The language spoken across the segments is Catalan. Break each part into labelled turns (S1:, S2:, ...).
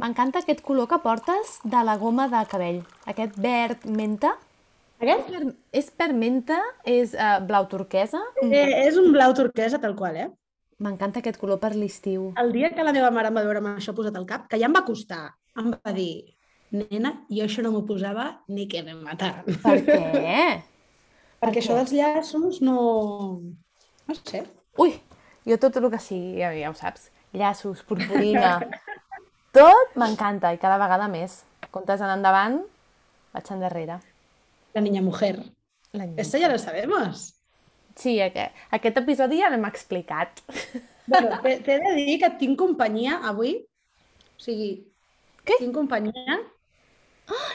S1: M'encanta aquest color que portes de la goma de cabell. Aquest verd menta. És,
S2: Aquest?
S1: per, és per menta, és eh, blau turquesa.
S2: Eh, és un blau turquesa, tal qual, eh?
S1: M'encanta aquest color per l'estiu.
S2: El dia que la meva mare em va veure amb això posat al cap, que ja em va costar, em va dir, nena, jo això no m'ho posava ni que me mataren.
S1: Per què?
S2: Perquè això dels llaços no... No sé.
S1: Ui, jo tot el que sigui, ja, ja ho saps, llaços, purpurina, tot m'encanta i cada vegada més. Comptes anar endavant, vaig endarrere.
S2: La niña mujer.
S1: La
S2: Esta ya lo sabemos.
S1: Sí, aquest, aquest episodi ja l'hem explicat.
S2: Bueno, t'he t'he de dir que tinc companyia avui. O sigui,
S1: Què?
S2: tinc companyia.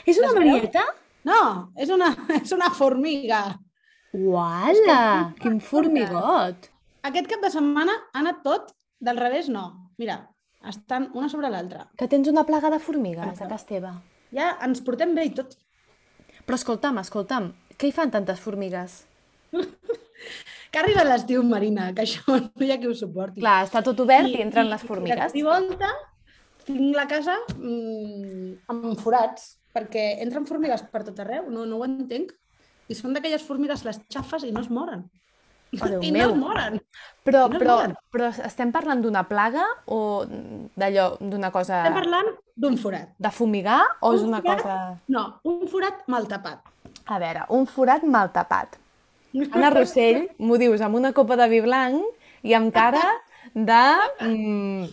S1: És una
S2: Les
S1: marieta?
S2: No, és una, és una formiga.
S1: Uala, quin formigot!
S2: Aquest cap de setmana ha anat tot del revés, no. Mira, estan una sobre l'altra.
S1: Que tens una plaga de formigues a casa teva.
S2: Ja ens portem bé i tot.
S1: Però escolta'm, escolta'm, què hi fan tantes formigues?
S2: Que arriba l'estiu, Marina, que això no hi ha qui ho suporti.
S1: Clar, està tot obert i entren les
S2: I de
S1: formigues.
S2: cop i volta tinc la casa mm, amb forats, perquè entren formigues per tot arreu, no, no ho entenc. I són d'aquelles formigues, les xafes, i no es moren.
S1: Oh, Déu
S2: I
S1: meu.
S2: no es moren.
S1: Però,
S2: No es
S1: però,
S2: moren.
S1: però estem parlant d'una plaga o d'allò, d'una cosa...
S2: Estem parlant d'un forat.
S1: De fumigar o Oh, és
S2: Un
S1: una
S2: forat?
S1: cosa...
S2: No, un forat mal tapat.
S1: A veure, un forat mal tapat. Anna Rossell m'ho dius amb una copa de vi blanc i amb cara de mm,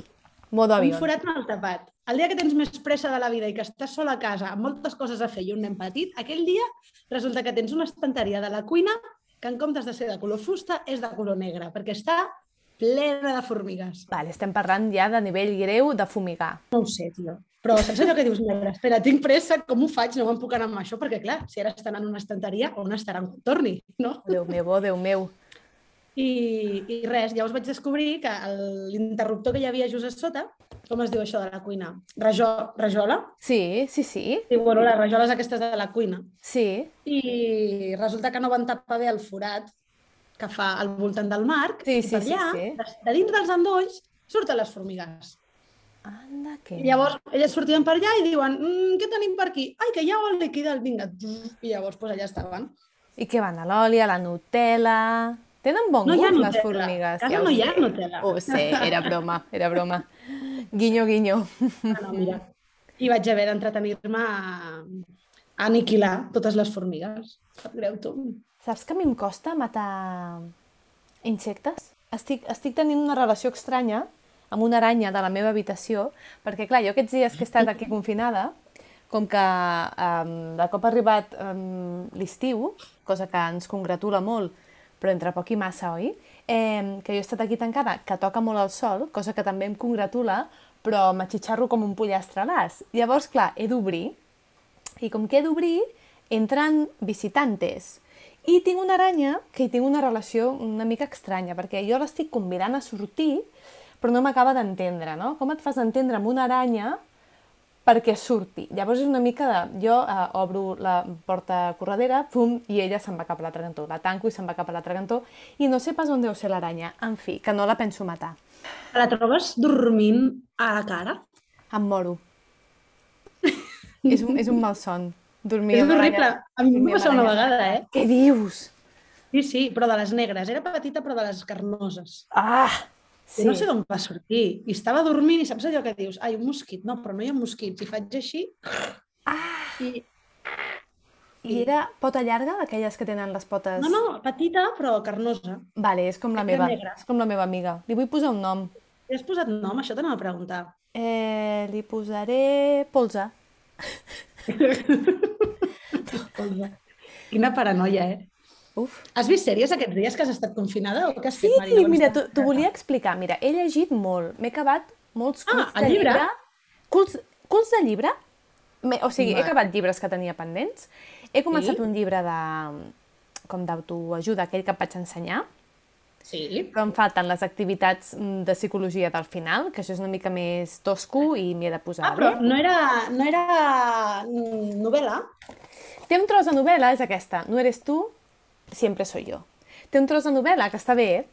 S1: modo
S2: Un
S1: avió.
S2: forat mal tapat. El dia que tens més pressa de la vida i que estàs sola a casa amb moltes coses a fer i un nen petit, aquell dia resulta que tens una estanteria de la cuina que en comptes de ser de color fusta és de color negre, perquè està plena de formigues.
S1: Vale, estem parlant ja de nivell greu de fumigar.
S2: No ho sé, tio. Però saps allò que dius, negre, espera, tinc pressa, com ho faig? No me'n puc anar amb això, perquè clar, si ara estan en una estanteria, on estaran quan torni, no?
S1: Déu meu, oh, Déu meu.
S2: I, I res, llavors vaig descobrir que el- l'interruptor que hi havia just a sota, com es diu això de la cuina? Rajó, rajola?
S1: Sí, sí, sí,
S2: Sí, bueno, les rajoles aquestes de la cuina.
S1: sí,
S2: I resulta que no van tapar bé el forat que fa al voltant del marc.
S1: Sí,
S2: i
S1: sí,
S2: per
S1: sí,
S2: allà,
S1: sí.
S2: de, de dins dels endolls, surten les formigues.
S1: Anda, que...
S2: I llavors, elles sortien per allà i diuen, mm, què tenim per aquí? Ai, que ja ho han liquidat, vinga. I llavors, doncs allà estaven.
S1: I què van a l'oli, a la Nutella... Tenen bon
S2: No hi ha
S1: gust les
S2: Nutella.
S1: formigues.
S2: A casa
S1: ja ho
S2: no hi ha
S1: sé.
S2: Nutella.
S1: Ho sé, era broma, era broma. Guinyo, guinyo.
S2: Ah, no, mira. I vaig haver d'entretenir-me a, a aniquilar totes les formigues. Sap greu, tu.
S1: Saps que a mi em costa matar insectes? Estic, estic tenint una relació estranya amb una aranya de la meva habitació, perquè clar, jo aquests dies que he estat aquí confinada, com que um, de cop ha arribat um, l'estiu, cosa que ens congratula molt, però entre poc i massa, oi? Eh, que jo he estat aquí tancada, que toca molt el sol, cosa que també em congratula, però m'atxitxarro com un pollastre a l'as. Llavors, clar, he d'obrir, i com que he d'obrir, entren visitantes. I tinc una aranya que hi tinc una relació una mica estranya, perquè jo l'estic convidant a sortir, però no m'acaba d'entendre, no? Com et fas entendre amb una aranya perquè surti? Llavors és una mica de... Jo eh, obro la porta corredera, pum, i ella se'n va cap a l'altre cantó. La tanco i se'n va cap a l'altre cantó i no sé pas on deu ser l'aranya. En fi, que no la penso matar.
S2: La trobes dormint a la cara?
S1: Em moro. és, un, és un mal son. Dormir
S2: és
S1: amb aranya-
S2: horrible. A mi
S1: dormir
S2: m'ho
S1: amb
S2: passa una
S1: aranyes.
S2: vegada, eh?
S1: Què dius?
S2: Sí, sí, però de les negres. Era petita, però de les carnoses.
S1: Ah!
S2: Sí. No sé d'on va sortir. I estava dormint i saps allò que dius? Ai, un mosquit. No, però no hi ha mosquits. I faig així
S1: Ah!
S2: i...
S1: I era pota llarga, aquelles que tenen les potes...
S2: No, no, petita, però carnosa.
S1: Vale, és com la
S2: Era
S1: meva,
S2: negra.
S1: és com la meva amiga. Li vull posar un nom.
S2: Li has posat nom? Això t'anava a preguntar.
S1: Eh, li posaré polsa.
S2: Quina paranoia, eh?
S1: Uf.
S2: Has vist sèries aquests dies que has estat confinada o que has
S1: Sí,
S2: fet, Marina? quan
S1: mira, t'ho
S2: estaves
S1: t'ho
S2: a
S1: volia explicar. Mira, he llegit molt. M'he acabat molts
S2: Ah,
S1: cults
S2: el
S1: de
S2: llibre?
S1: llibre. Cults, cults de llibre? Me, o sigui, he
S2: Vale.
S1: acabat llibres que tenia pendents. He començat
S2: Sí?
S1: un llibre de com d'autoajuda, aquell que et vaig ensenyar.
S2: casa? Sí.
S1: Però em falten les activitats mm, de psicologia del final, que això és una mica més tosco i m'hi he de posar.
S2: Ah, però
S1: bé.
S2: no era, no era mm, novel·la?
S1: Té un tros de novel·la, és aquesta. No eres tu, siempre soy yo. Té un tros de novel·la que està bé,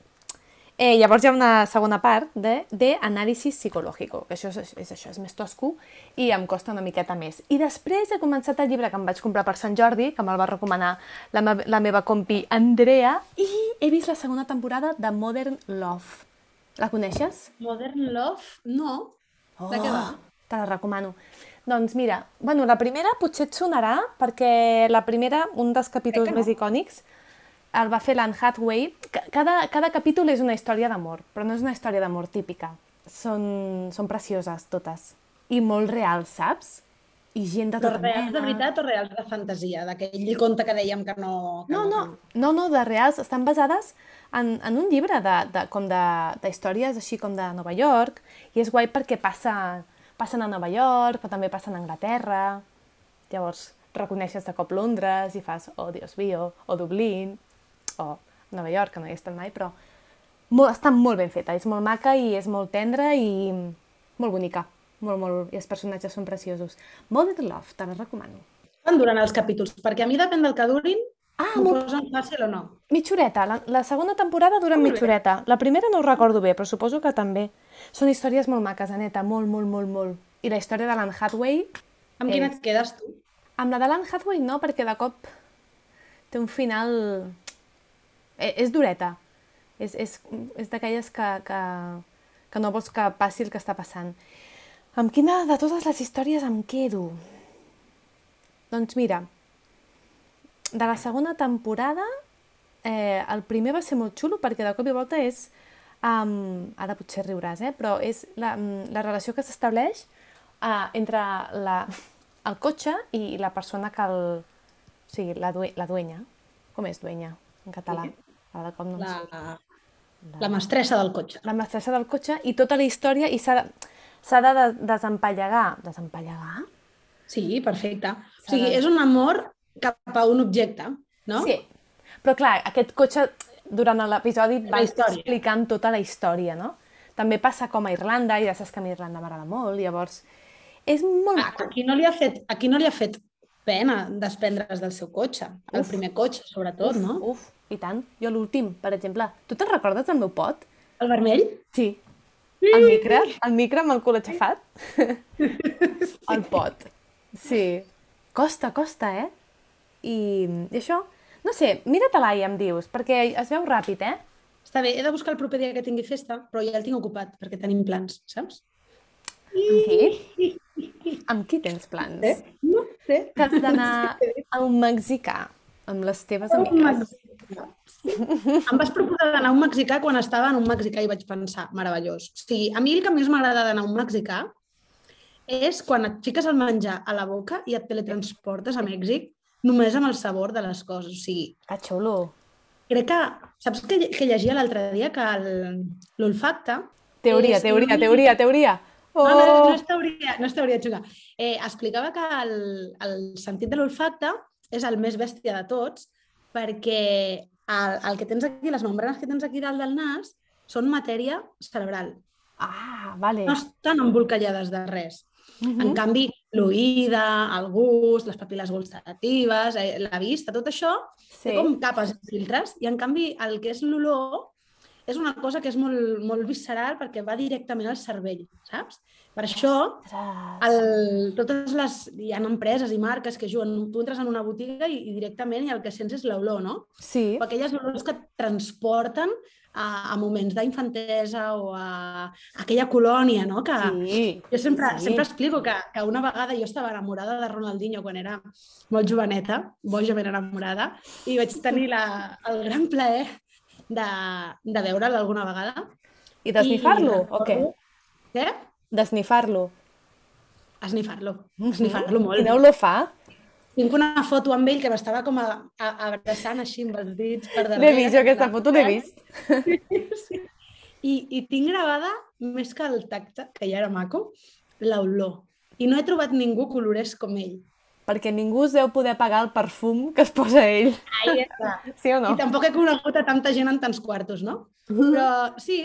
S1: Eh, llavors hi ha una segona part d'anàlisi psicològic, que això és, és això, és més tosco i em costa una miqueta més. I després he començat el llibre que em vaig comprar per Sant Jordi, que me'l va recomanar la, me la meva compi Andrea, i he vist la segona temporada de Modern Love. La coneixes?
S2: Modern Love? No. De què va?
S1: Oh, Te la recomano. Doncs mira, bueno, la primera potser et sonarà, perquè la primera, un dels capítols
S2: que no.
S1: més icònics, el va fer l'Anne Hathaway. Ca- Cada, cada capítol és una història d'amor, però no és una història d'amor típica. Són, són precioses totes. I molt reals, saps? I gent de
S2: Però
S1: tota
S2: reals de
S1: mena.
S2: veritat o reals de fantasia? D'aquell conte que dèiem que no... Que
S1: No, no, no, no, de reals. Estan basades en, en un llibre de, de, com de, de històries així com de Nova York i és guai perquè passa, passen a Nova York, però també passen a Anglaterra. Llavors reconeixes de cop Londres i fas, oh, Dios mío, o Dublín, o Nova York, que no hi he estat mai, però molt, està molt ben feta, és molt maca i és molt tendra i molt bonica. Molt, molt, i els personatges són preciosos. Modern Love, te la recomano.
S2: Quan duran els capítols? Perquè a mi depèn del que durin,
S1: Ah,
S2: m'ho posen fàcil o no.
S1: Mitjoreta. La, la segona temporada dura
S2: Molt bé.
S1: mitjoreta. La primera no ho recordo bé, però suposo que també. Són històries molt maques, Aneta, molt, molt, molt, molt. I la història de l'Anne Hathaway...
S2: Amb quina
S1: és-
S2: et quedes tu?
S1: Amb la de l'Anne Hathaway no, perquè de cop té un final... Eh, és dureta. És, és, és d'aquelles que, que, que no vols que passi el que està passant. Amb quina de totes les històries em quedo? Doncs mira, de la segona temporada, eh, el primer va ser molt xulo perquè de cop i volta és... Um, ara potser riuràs, eh? però és la, mm, la relació que s'estableix uh, entre la, el cotxe i la persona que el... O sigui, la, due, la duenya. Com és duenya en català? Ara de cop no em
S2: La,
S1: surt
S2: la mestressa del cotxe.
S1: la mestressa del cotxe i tota la història i s'ha de, s'ha de, de desempallegar. Desempallegar?
S2: Sí, perfecte. O sigui, és un amor cap a un objecte, no?
S1: Sí. Però clar, aquest cotxe durant l'episodi va
S2: història.
S1: explicant tota la història, no? També passa com a Irlanda, i ja saps que a mi Irlanda m'agrada molt, llavors és molt
S2: Ah, A,
S1: maco.
S2: a qui no li ha fet, a qui no li ha fet pena desprendre's del seu cotxe? El primer cotxe, sobretot, no?
S1: Uf, i tant. Jo l'últim, per exemple, tu te'n recordes del meu pot?
S2: El vermell?
S1: Sí. El micre, el micre amb el cul aixafat. El pot. Sí. Costa, costa, eh? I, i això, no sé, mira-te-la i em dius, perquè es veu ràpid, eh?
S2: Està bé, he de buscar el proper dia que tingui festa, però ja el tinc ocupat perquè tenim plans, saps?
S1: Amb qui? Amb qui tens plans? Eh?
S2: No sé.
S1: Que has d'anar a un mexicà amb les teves
S2: Un
S1: amigues.
S2: mexicà. Em vas proposar d'anar a un mexicà quan estava en un mexicà i vaig pensar, meravellós. O sigui, a mi el que més m'agrada d'anar a un mexicà és quan et fiques el menjar a la boca i et teletransportes a Mèxic només amb el sabor de les coses. O sigui,
S1: Que xulo.
S2: crec que... Saps que, que llegia l'altre dia que el- l'olfacte...
S1: Teoria,
S2: és
S1: teoria,
S2: l'únic-
S1: teoria, teoria. Oh,
S2: No, Ah, no, no és teoria, no és teoria, xunga. Eh, explicava que el, el sentit de l'olfacte és el més bèstia de tots perquè el, el que tens aquí, les membranes que tens aquí dalt del nas, són matèria cerebral.
S1: Ah, vale.
S2: No estan embolcallades de res. En
S1: Mhm.
S2: canvi, l'oïda, el gust, les papil·les gustatives, eh, la vista, tot això,
S1: Sí.
S2: sí. com capes i filtres. I en canvi, el que és l'olor és una cosa que és molt, molt visceral perquè va directament al cervell, saps? Per això
S1: Ostres.
S2: el, totes les... Hi ha empreses i marques que juguen... Tu entres en una botiga i, i directament i el que sents és l'olor, no?
S1: Sí.
S2: O aquelles olors que et transporten a, a moments d'infantesa o a, a aquella colònia, no? Que,
S1: Sí.
S2: Jo sempre,
S1: Sí.
S2: Ah. sí. sempre explico que, que una vegada jo estava enamorada de Ronaldinho quan era molt joveneta, bojament enamorada, i vaig tenir la, el gran plaer de, de veure'l alguna vegada.
S1: I d'esnifar-lo, o què?
S2: Què?
S1: D'esnifar-lo.
S2: Esnifar-lo.
S1: Mhm.
S2: Esnifar-lo molt.
S1: Quina olor fa?
S2: Tinc una foto amb ell que m'estava com a, a, abraçant així amb els dits per darrere.
S1: L'he vist, jo aquesta foto l'he vist.
S2: Sí. I, I tinc gravada, més que el tacte, que ja era maco, l'olor. I no he trobat ningú que olorés com ell.
S1: Perquè ningú us deu poder pagar el perfum que es posa ell.
S2: Ahí està.
S1: Sí o no? Uh-huh.
S2: I tampoc he conegut a tanta gent en tants quartos, no? Però sí,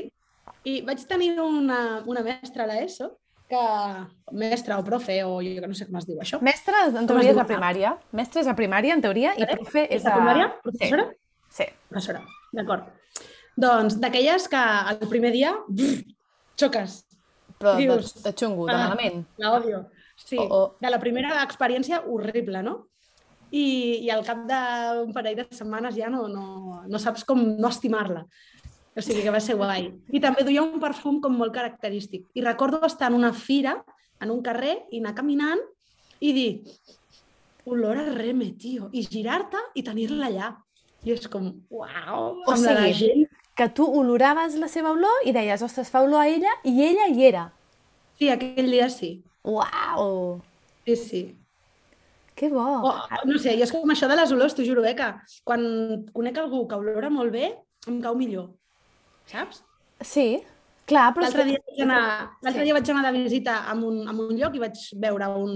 S2: i vaig tenir una, una mestra a l'ESO, que mestra o profe, o jo que no sé com es diu això.
S1: Mestre, en
S2: es
S1: teoria, és
S2: diu?
S1: a primària. Mestre és a primària, en teoria, i
S2: Eh?
S1: profe és a...
S2: a primària? Professora?
S1: Sí. sí.
S2: Professora, d'acord. Doncs d'aquelles que el primer dia brr, xoques.
S1: Però de,
S2: Dius,
S1: de xungo, de
S2: "Ah,
S1: malament.
S2: La odio. Sí,
S1: Oh, oh.
S2: de la primera experiència horrible, no? I, i al cap d'un parell de setmanes ja no, no, no saps com no estimar-la. O sigui que va ser guai. I també duia un perfum com molt característic. I recordo estar en una fira, en un carrer, i anar caminant i dir olor a reme, tio, i girar-te i tenir-la allà. I és com, uau,
S1: O
S2: amb la de
S1: sigui,
S2: gent.
S1: Que tu oloraves la seva olor i deies, ostres, fa olor a ella, i ella hi era.
S2: Sí, aquell dia sí.
S1: Uau!
S2: Sí, sí.
S1: Que bo!
S2: O, no sé, jo és com això de les olors, t'ho juro, eh, que quan conec algú que olora molt bé, em cau millor, saps?
S1: Sí, clar, però... és
S2: L'altre
S1: que-
S2: dia, vaig anar- l'altre
S1: Sí.
S2: dia vaig anar de visita a un, a un lloc i vaig veure un,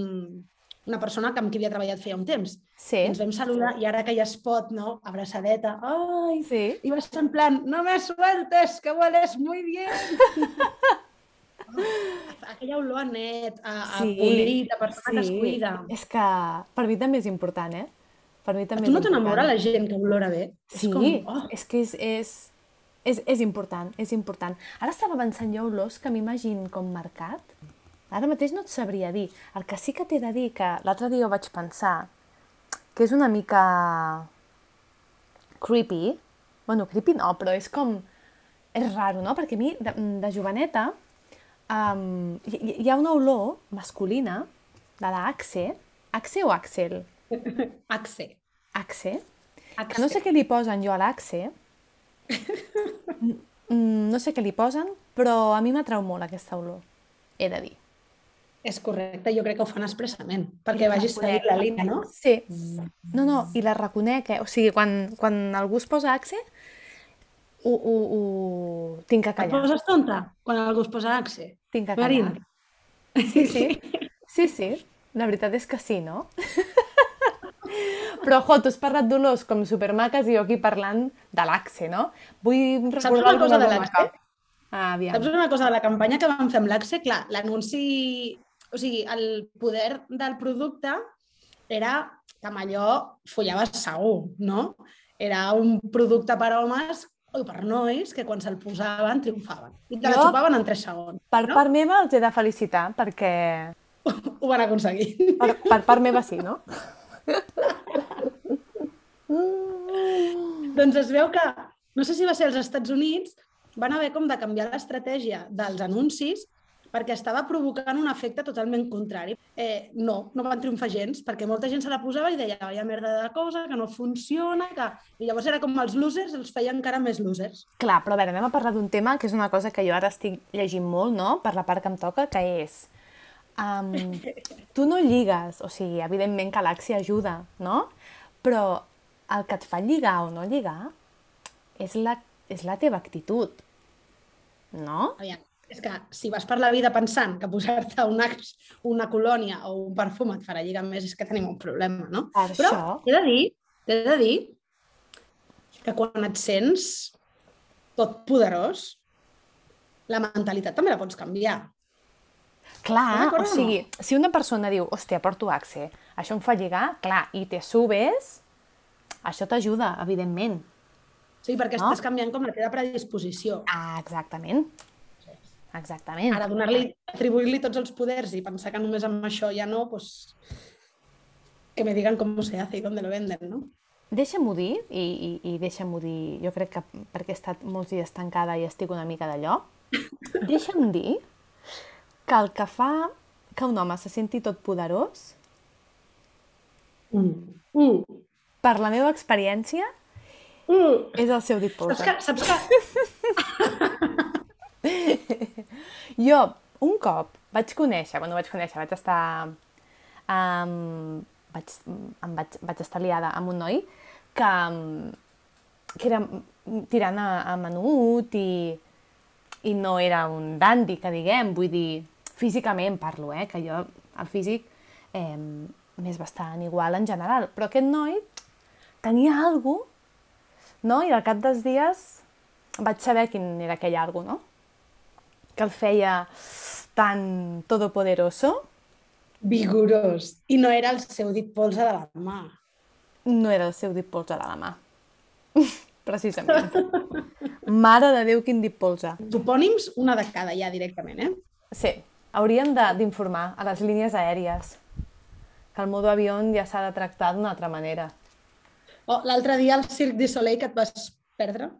S2: una persona que amb qui havia treballat feia un temps.
S1: Sí,
S2: I Ens vam saludar i ara que ja es pot, no? Abraçadeta. Ai,
S1: sí.
S2: I vas ser en plan, no me sueltes, que hueles muy bien. Aquella olor a net, a, a
S1: Sí,
S2: polir, de persona que es
S1: sí.
S2: cuida.
S1: És que per mi també és important, eh? Per mi
S2: A
S1: també
S2: tu
S1: és
S2: no t'enamora
S1: important.
S2: la gent que olora bé?
S1: Sí,
S2: És com, oh,
S1: és que és, és, és, és important, és important. Ara estava pensant jo olors que m'imagino com mercat. Ara mateix no et sabria dir. El que sí que t'he de dir, que l'altre dia ho vaig pensar, que és una mica creepy. Bueno, creepy no, però és com... És raro, no? Perquè a mi, de, de joveneta, um, hi, hi- hi ha una olor masculina, de l'Axe, Axe o Axel?
S2: Axe.
S1: Axe,
S2: Axe.
S1: que no sé què li posen jo a l'axe, mm, no sé què li posen, però a mi m'atrau molt aquesta olor, he de dir.
S2: És correcte, jo crec que ho fan expressament, perquè
S1: la
S2: vagi seguint la línia, no?
S1: Sí. No, no, i la reconec, eh? O sigui, quan, quan algú es posa axe, ho, ho, ho... tinc que
S2: Et
S1: callar.
S2: poses tonta quan algú es posa Axe?
S1: Tinc que callar.
S2: Marina.
S1: Sí, sí. Sí, sí. La veritat és que sí, no? Però, jo, tu has parlat d'olors com supermaques i jo aquí parlant de l'axe, no? Vull recordar
S2: una cosa
S1: alguna
S2: de
S1: olor
S2: l'Axe?
S1: maca. Ah, aviam.
S2: Saps una cosa de la campanya que vam fer amb l'Axe? Clar, l'anunci... O sigui, el poder del producte era que amb allò follaves segur, no? Era un producte per homes o per nois que quan se'l posaven triomfaven. I te la
S1: Jo-
S2: xupaven en 3 segons.
S1: Per
S2: no?
S1: part meva els he de felicitar, perquè...
S2: Ho van aconseguir.
S1: Per, per part meva sí, no?
S2: Doncs es veu que, no sé si va ser als Estats Units, van haver com de canviar l'estratègia dels anuncis perquè estava provocant un efecte totalment contrari. Eh, no, no van triomfar gens, perquè molta gent se la posava i deia hi ha merda de cosa, que no funciona, que... I llavors era com els losers, els feia encara més losers.
S1: Clar, però a veure, anem a parlar d'un tema que és una cosa que jo ara estic llegint molt, no?, per la part que em toca, que és... Um, tu no lligues, o sigui, evidentment que l'axi ajuda, no? Però el que et fa lligar o no lligar és la, és la teva actitud, no?
S2: Aviam, és que si vas per la vida pensant que posar-te una, una colònia o un perfum et farà lligar més, és que tenim un problema, no?
S1: Per
S2: Però
S1: això...
S2: t'he de dir, t'he de dir que quan et sents tot poderós, la mentalitat també la pots canviar.
S1: Clar,
S2: Estàs
S1: o
S2: d'acord o no?
S1: sigui, si una persona diu, hòstia, porto Axe, això em fa lligar, clar, i te subes, això t'ajuda, evidentment.
S2: Sí, perquè
S1: No?
S2: estàs canviant com la teva predisposició.
S1: Ah, exactament. Exactament.
S2: Ara, donar-li, atribuir-li tots els poders i pensar que només amb això ja no, pues, que me digan cómo se hace y dónde lo venden, no?
S1: Deixa'm-ho dir, i, i, i deixa'm-ho dir, jo crec que perquè he estat molts dies tancada i estic una mica d'allò, deixa'm dir que el que fa que un home se senti tot poderós,
S2: Mm. Mm.
S1: per la meva experiència,
S2: Mm.
S1: és el seu dit polze.
S2: Saps que, saps que...
S1: Jo, un cop, vaig conèixer, bueno, vaig conèixer, vaig estar... Um, vaig, em vaig, vaig estar liada amb un noi que, em, que era mm, tirant a, a menut i, i no era un dandi, que diguem, vull dir, físicament parlo, eh, que jo el físic eh, m'és bastant igual en general, però aquest noi tenia alguna no? I al cap dels dies vaig saber quin era aquell algo, no? que el feia tan todopoderoso,
S2: Vigorós. I no era el seu dit polze de la mà.
S1: no era el seu dit polze de la mà. Precisament. Mare de Déu, quin dit polze.
S2: Topònims, una de cada ja directament, eh?
S1: Sí, hauríem de- d'informar a les línies aèries que el modo avión ja s'ha de tractar d'una altra manera.
S2: Oh, L'altre dia al Cirque du Soleil que et vas perdre.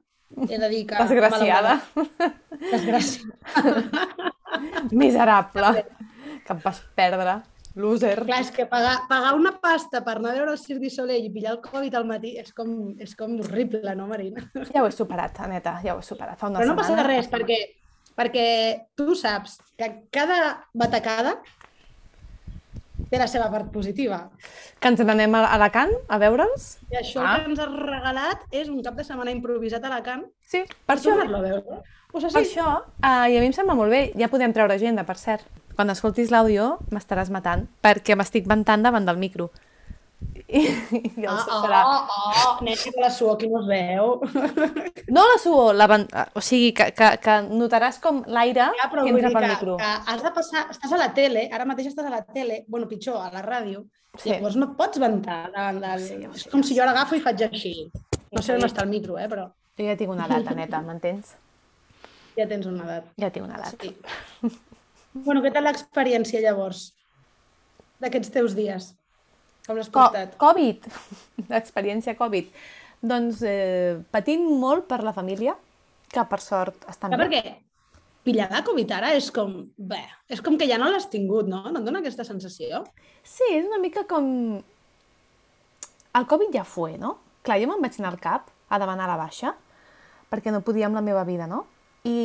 S2: He de dir que...
S1: Desgraciada,
S2: malauradament- Desgraciada.
S1: miserable, que em vas perdre, loser.
S2: Clar, és que pagar, pagar una pasta per anar a veure el Cirque du Soleil i pillar el Covid al matí és com, és com horrible, no, Marina?
S1: Ja ho he superat, Aneta, ja ho he superat. Fa una
S2: Però no
S1: setmana.
S2: passa res, perquè, perquè tu saps que cada batacada té la seva part positiva.
S1: Que ens n'anem a Alacant a veure'ls?
S2: I això
S1: Ah.
S2: que ens has regalat és un cap de setmana improvisat a Alacant.
S1: Sí, per això,
S2: Tornar-lo a veure. Pues
S1: per
S2: així,
S1: això eh, i a mi em sembla molt bé. Ja podem treure agenda, per cert. Quan escoltis l'àudio m'estaràs matant, perquè m'estic ventant davant del micro. I, i el
S2: Ah,
S1: so serà...
S2: ah, ah, nena, que la suor aquí no es veu.
S1: No la suor, la van... eh, o sigui, que, que, que notaràs com l'aire
S2: Ja, però
S1: que
S2: vull
S1: entra
S2: dir
S1: pel
S2: que,
S1: micro.
S2: que has de passar... Estàs a la tele, ara mateix estàs a la tele, bueno, pitjor, a la ràdio,
S1: Sí.
S2: sí. llavors no et pots ventar davant del...
S1: Sí, ja ho sé,
S2: és com si jo l'agafo i faig així. No sé on està el micro, eh, però
S1: Jo ja tinc una edat, neta, m'entens?
S2: ja tens una edat.
S1: Ja tinc una edat.
S2: Sí. bueno, què tal l'experiència, llavors, d'aquests teus dies? Com l'has
S1: Co
S2: portat?
S1: Covid, l'experiència Covid. Doncs eh, patint molt per la família, que per sort estan
S2: Clar, perquè pillar la Covid ara és com... Bé, és com que ja no l'has tingut, no? No et dona aquesta sensació?
S1: Sí, és una mica com... El Covid ja fue, no? Clar, jo me'n vaig anar al CAP a demanar la baixa, perquè no podia amb la meva vida, no? I,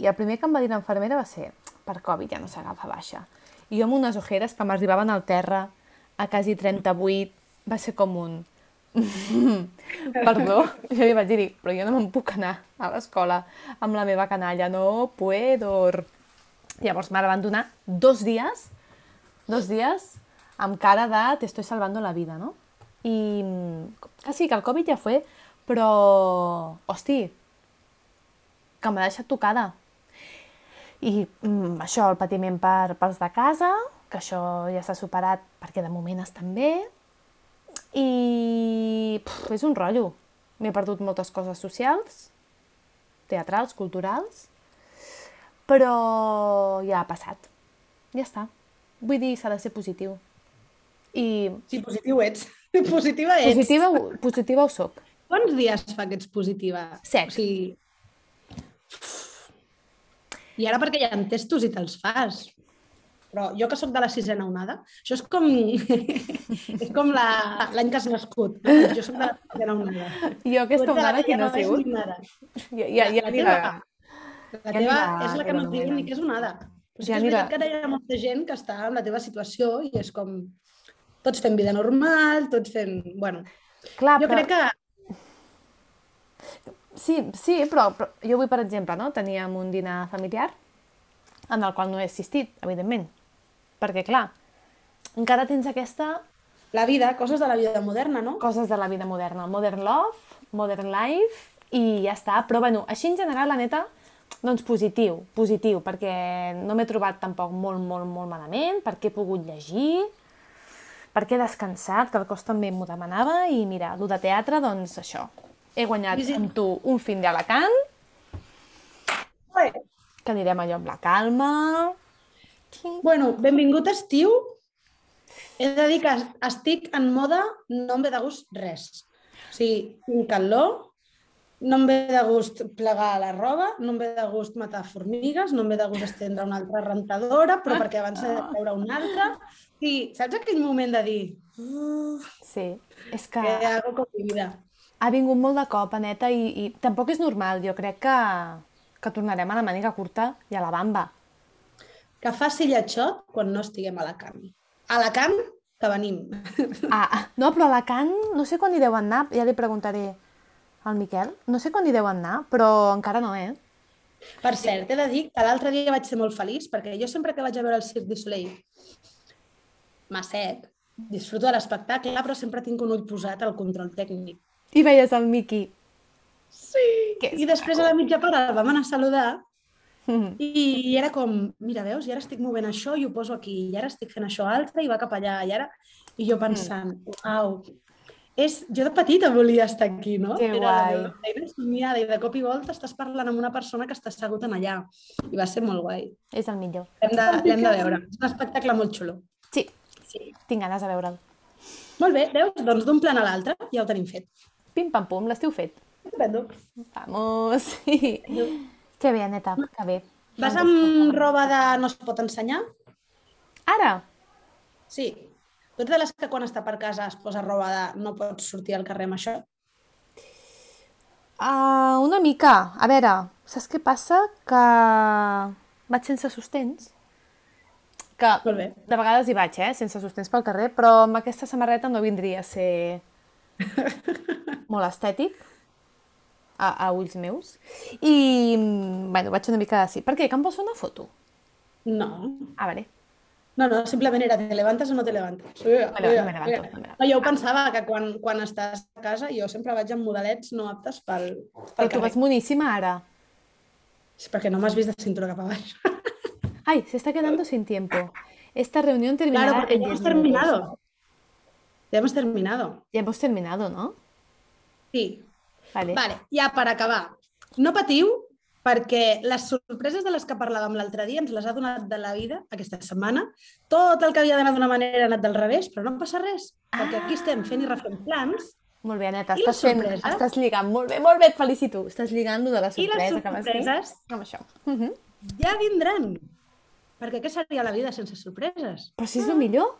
S1: i el primer que em va dir l'infermera va ser per Covid ja no s'agafa baixa. I jo amb unes ojeres que m'arribaven al terra a quasi 38, va ser com un... Perdó, jo li vaig dir, però jo no me'n puc anar a l'escola amb la meva canalla, no puedo. Llavors me la van donar dos dies dos dies amb cara de te estoy salvando la vida, no? I mm, que sí, que el Covid ja fue, però, hosti, que m'ha deixat tocada. I mm, això, el patiment per, pels de casa, que això ja s'ha superat perquè de moment estan bé, i pff, és un rotllo. M'he perdut moltes coses socials, teatrals, culturals, però ja ha passat. Ja està. Vull dir, s'ha de ser positiu. I
S2: Sí, positiu ets. Positiva ets.
S1: positiva, ho- positiva ho soc.
S2: Quants dies fa que ets positiva?
S1: Set.
S2: O sigui... I ara perquè ja en testos i te'ls fas. Però jo que sóc de la sisena onada, això és com, és com la- l'any que has nascut. Jo sóc de la sisena onada.
S1: Jo aquesta
S2: Tu ets de la
S1: onada
S2: que
S1: que
S2: Doncs ja
S1: no ha
S2: veig
S1: sigut,
S2: ni onada.
S1: ja, ja, ja
S2: la
S1: ni
S2: teva,
S1: la...
S2: la
S1: ja
S2: teva
S1: anirà,
S2: és
S1: que
S2: la que no
S1: no
S2: et diuen
S1: mira.
S2: ni que és onada. Però sí
S1: Ja
S2: que és
S1: anirà.
S2: veritat que ara hi ha molta gent que està en la teva situació i és com tots fent vida normal, tots fent... Bueno,
S1: Clar,
S2: jo
S1: Ah, però...
S2: crec que
S1: Sí, sí, però, però jo avui, per exemple, no? teníem un dinar familiar en el qual no he assistit, evidentment. Perquè, clar, encara tens aquesta
S2: la vida, coses de la vida moderna, no?
S1: coses de la vida moderna. Modern love, modern life i ja està. Però, bueno, així en general, la neta, doncs positiu, positiu, perquè no m'he trobat tampoc molt, molt, molt malament, perquè he pogut llegir, perquè he descansat, que el cos també m'ho demanava, i mira, el de teatre, doncs això. He guanyat
S2: Visit-
S1: amb tu un fin d'Alacant, que anirem allò amb la calma.
S2: Bueno, benvingut estiu. He de dir que estic en moda, no em ve de gust res. O sigui, tinc calor, no em ve de gust plegar la roba, no em ve de gust matar formigues, no em ve de gust estendre una altra rentadora, però perquè abans he de treure una altra. I saps aquell moment de dir, "Uh,
S1: Sí, és que
S2: què hago con mi vida?
S1: ha vingut molt de cop, Aneta, i, i tampoc és normal. Jo crec que, que tornarem a la màniga curta i a la bamba.
S2: Que faci lletxot quan no estiguem a la camp. A la camp que venim.
S1: Ah, no, però a Alacant no sé quan hi deuen anar, ja li preguntaré al Miquel. No sé quan hi deuen anar, però encara no, eh?
S2: Per cert, he de dir que l'altre dia vaig ser molt feliç perquè jo sempre que vaig a veure el Cirque du Soleil m'assec, disfruto de l'espectacle, però sempre tinc un ull posat al control tècnic.
S1: I veies el Miqui.
S2: Sí.
S1: Que és
S2: I després a la mitja part el vam anar a saludar
S1: Mhm.
S2: i era com, mira, veus, i ara estic movent això i ho
S1: Mm.
S2: poso aquí, i ara estic fent això altre i va cap allà, i ara... I jo pensant, uau, És, jo de petita volia estar aquí, no?
S1: Que
S2: Era la
S1: guai.
S2: meva feina somiada i de cop i volta estàs parlant amb una persona que està assegut en allà. I va ser molt guai.
S1: És el millor.
S2: L'hem de, l'hem de veure. És un espectacle molt xulo.
S1: Sí,
S2: Sí.
S1: tinc ganes de veure'l.
S2: Molt bé, veus? Doncs d'un plan a l'altre ja ho tenim fet.
S1: Pim, pam, pum, l'estiu fet.
S2: Estupendo.
S1: Vamos. Sí. Que bé, Aneta, que bé.
S2: Vas amb roba de no es pot ensenyar?
S1: Ara?
S2: Sí. Tu ets de les que quan està per casa es posa roba de no pots sortir al carrer amb això?
S1: Uh, una mica. A veure, saps què passa? Que vaig sense sostens. Que
S2: Molt bé.
S1: de vegades hi vaig, eh? Sense sostens pel carrer, però amb aquesta samarreta no vindria a ser molt estètic a, a ulls meus. I, bueno, vaig una mica així. Per què? Que em poso una foto?
S2: No.
S1: Ah, vale.
S2: No, no, simplement era te levantes o no te levantes. Sí,
S1: No me- no me levanto, no me levanto.
S2: No, jo ho pensava que quan, quan estàs a casa jo sempre vaig amb modelets no aptes pel,
S1: Però
S2: pel
S1: tu vas
S2: carrer.
S1: moníssima ara.
S2: Sí, perquè no m'has vist de cintura cap a baix.
S1: Ay, se está quedando sin tiempo. Esta reunión terminará
S2: Claro, porque
S1: en
S2: ya
S1: 10
S2: hemos
S1: minutos.
S2: terminado. Ya hemos terminado.
S1: Ya hemos terminado, ¿no?
S2: Sí.
S1: Vale.
S2: Vale, ja per acabar. No patiu perquè les sorpreses de les que parlàvem l'altre dia ens les ha donat de la vida aquesta setmana. Tot el que havia d'anar d'una manera ha anat del revés, però no passa res, perquè
S1: Ah.
S2: aquí estem fent i refent plans
S1: Molt bé, Aneta,
S2: I
S1: estàs,
S2: les
S1: fent,
S2: sorpreses?
S1: estàs lligant molt bé, molt bé, et felicito. Estàs lligant lo de la
S2: i les
S1: sorpresa que vas fer
S2: sorpreses
S1: amb això. Uh -huh.
S2: ja vindran. Perquè què seria la vida sense sorpreses?
S1: Però si és el millor,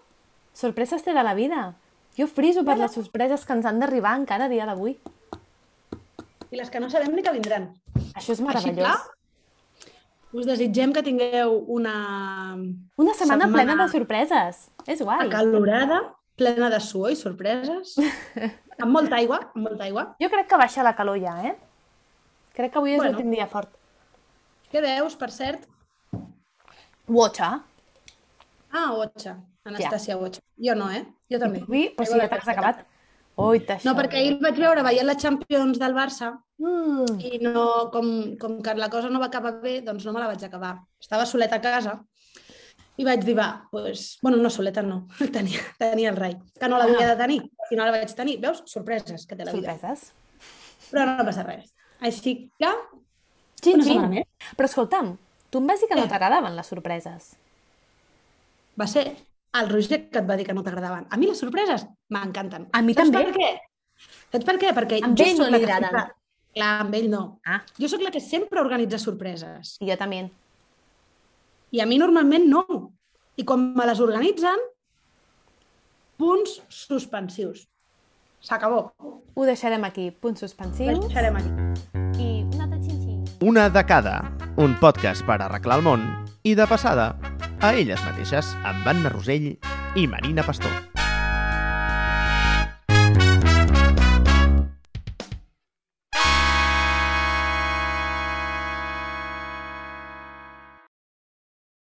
S1: sorpreses té de la vida. Jo friso per les sorpreses que ens han d'arribar encara a dia d'avui.
S2: I les que no sabem ni que vindran.
S1: Això és
S2: Així
S1: meravellós.
S2: clar, us desitgem que tingueu una
S1: Una setmana,
S2: setmana-
S1: plena de sorpreses. És guai.
S2: acalorada, plena de suor i sorpreses, amb molta aigua, amb molta aigua.
S1: Jo crec que baixa la calor ja, eh? Crec que avui és
S2: Bueno.
S1: l'últim dia fort.
S2: Què veus, per cert?
S1: Watcha.
S2: Ah, Ocha. Anastàcia Ocha. Jo no, eh? Jo també.
S1: Avui, però si
S2: Aigua
S1: ja
S2: de
S1: t'has acabat. Oi, t'això.
S2: No, perquè ahir el vaig veure veient la Champions del Barça
S1: Mm.
S2: i no, com, com que la cosa no va acabar bé, doncs no me la vaig acabar. Estava soleta a casa i vaig dir, va, pues... bueno, no soleta, no. Tenia, tenia el rai, que no l'havia de tenir. Al final la vaig tenir. Veus? Sorpreses que té la vida.
S1: Sorpreses.
S2: Però no passa res. Així que,
S1: Xin,
S2: Una
S1: xin.
S2: setmana eh? més.
S1: Però escolta'm, tu em vas dir que no t'agradaven les sorpreses.
S2: va ser el Roger que et va dir que no t'agradaven. A mi les sorpreses m'encanten.
S1: A mi
S2: Saps
S1: també.
S2: Per què? Saps per què? Perquè
S1: Amb
S2: jo
S1: ell
S2: sóc
S1: no
S2: la
S1: li
S2: que
S1: agraden.
S2: sempre- Clar, amb ell no.
S1: Ah.
S2: Jo sóc la que sempre organitza sorpreses.
S1: I jo també.
S2: I a mi normalment no. I quan me les organitzen, punts suspensius. S'acabó.
S1: Ho deixarem aquí. Punts suspensius.
S2: Deixarem aquí.
S1: I un altre xin-xin.
S3: Una de cada, un podcast per arreglar el món i, de passada, a elles mateixes amb Anna Rosell i Marina Pastor.